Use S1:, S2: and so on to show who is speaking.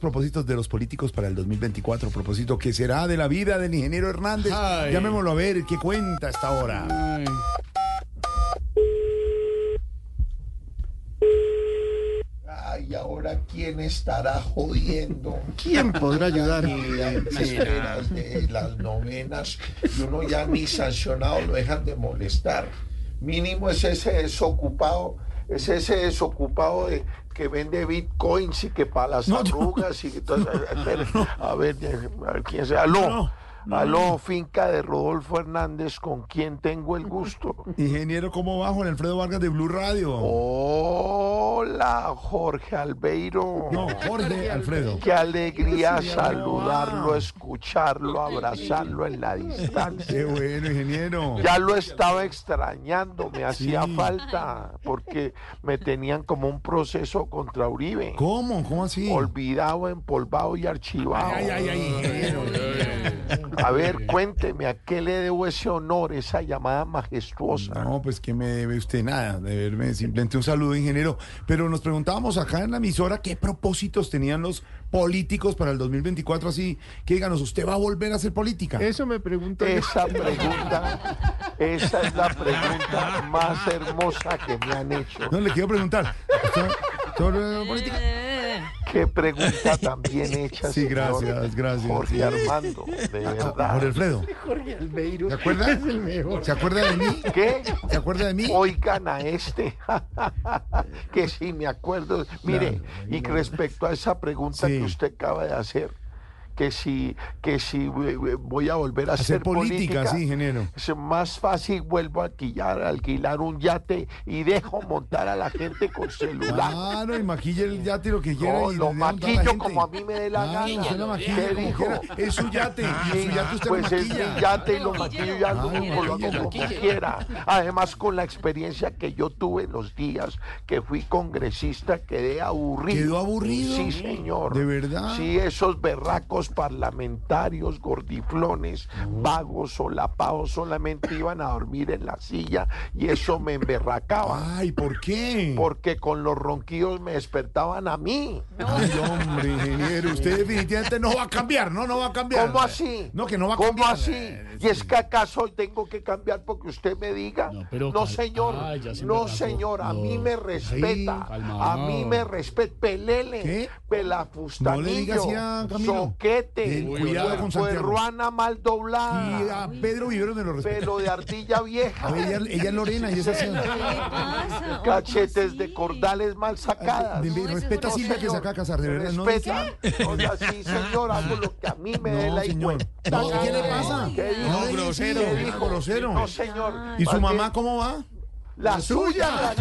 S1: propósitos de los políticos para el 2024. Propósito que será de la vida del ingeniero Hernández.
S2: Ay.
S1: Llamémoslo a ver qué cuenta hasta ahora.
S2: Ay.
S3: Ay, ahora quién estará jodiendo.
S2: ¿Quién podrá ayudar?
S3: Y las esperas de las novenas, y uno ya ni sancionado lo dejan de molestar. Mínimo es ese desocupado, es ese desocupado de que vende bitcoins y que para las arrugas y que todo. A ver, a ver, a ver quién sea. Aló, aló, finca de Rodolfo Hernández, con quien tengo el gusto.
S1: Ingeniero, ¿cómo va Juan Alfredo Vargas de Blue Radio?
S3: Hola, Jorge Albeiro.
S1: No, Jorge Alfredo.
S3: Qué alegría saludarlo, escucharlo, abrazarlo en la distancia.
S1: Qué bueno, ingeniero.
S3: Ya lo estaba extrañando, me hacía
S1: Sí.
S3: falta, porque me tenían como un proceso contra Uribe,
S1: ¿Cómo? ¿Cómo así?
S3: olvidado, empolvado y archivado.
S1: Ay, ay, ay, ingeniero.
S3: A ver, cuénteme, ¿a qué le debo ese honor, esa llamada majestuosa?
S1: No, pues que me debe usted nada, deberme simplemente un saludo, ingeniero. Pero nos preguntábamos acá en la emisora qué propósitos tenían los políticos para el 2024, así que díganos, ¿usted va a volver a hacer política?
S2: Eso me pregunta.
S3: Esa pregunta, esa es la pregunta más hermosa que me han hecho.
S1: No, le quiero preguntar. ¿Usted usted va a volver a la política?
S3: Qué pregunta tan bien hecha.
S1: Sí,
S3: señor
S1: gracias, gracias.
S3: Jorge
S1: Sí.
S3: Armando, de
S1: Jorge
S3: verdad.
S1: Alfredo,
S2: Jorge Albeiro.
S1: ¿se acuerda?
S2: Es el mejor.
S1: ¿Se acuerda de mí?
S3: ¿Qué?
S1: ¿Se acuerda de mí?
S3: Oigan a este, que sí me acuerdo. Mire, y respecto a esa pregunta
S1: Sí.
S3: que usted acaba de hacer, que si, que si eh, eh, voy a volver a hacer,
S1: Hacer política, sí, ingeniero.
S3: Es más fácil vuelvo a alquilar, a alquilar un yate y dejo montar a la gente con celular.
S1: Claro, y maquille el yate y lo que quiera.
S3: No,
S1: Ah, y
S3: lo
S1: le dan toda la
S3: maquillo
S1: gente.
S3: como a mí me dé la
S1: Claro, usted lo
S3: gana.
S1: maquilla
S3: ¿Qué
S1: como
S3: dijo?
S1: quiera. Es su yate, y su yate usted
S3: Pues
S1: lo
S3: es
S1: maquilla.
S3: mi yate y lo maquillo ya
S1: Ah,
S3: como
S1: bueno,
S3: lo hago
S1: maquilla.
S3: como quiera. Además, con la experiencia que yo tuve en los días que fui congresista, quedé aburrido.
S1: ¿Quedó aburrido?
S3: Sí, señor.
S1: ¿De verdad?
S3: Sí, esos berracos parlamentarios, gordiflones, vagos, solapados, solamente iban a dormir en la silla y eso me emberracaba.
S1: Ay, ¿por qué?
S3: Porque con los ronquidos me despertaban a mí.
S1: Ay, hombre, ingeniero, usted definitivamente no va a cambiar, ¿no? No va a cambiar.
S3: ¿Cómo así?
S1: No, que no va a
S3: ¿Cómo
S1: cambiar. Eh,
S3: así? ¿Y es que acaso tengo que cambiar porque usted me diga? No,
S4: No, pero cal-
S3: señor.
S1: Ah,
S4: Ay, ya se me
S3: no,
S4: pasó.
S3: señor. A mí
S4: No.
S3: me respeta.
S4: calmado.
S3: a mí me respeta. Pelele.
S1: ¿Qué? No
S3: Pelafustanillo.
S1: le diga así a Camilo.
S3: Soquete.
S1: Ten Eh, cuidado con Santiago.
S3: Ruana mal
S1: Y
S3: doblada.
S1: a Pedro Vivero me lo respeto.
S3: Pelo de ardilla vieja.
S1: pues. A ver, ella, ella es Lorena y es así.
S3: Cachetes de cordales mal sacadas.
S1: Ah, De- de-
S5: eso es
S1: respeta a
S5: horrible.
S1: Silvia que se
S3: señor.
S1: acaba de casar, de verdad. No,
S3: Respeta. O sea, sí, señor, hago lo que a mí me dé
S1: no
S3: la
S1: señor.
S3: hijueputa
S1: No, ¿Qué le
S3: gana.
S1: pasa?
S3: ¿Qué dijo?
S1: No, grosero.
S3: ¿Qué
S1: dijo grosero.
S3: No, señor.
S1: ¿Y su
S3: Más
S1: mamá
S3: bien,
S1: cómo va?
S3: La suya.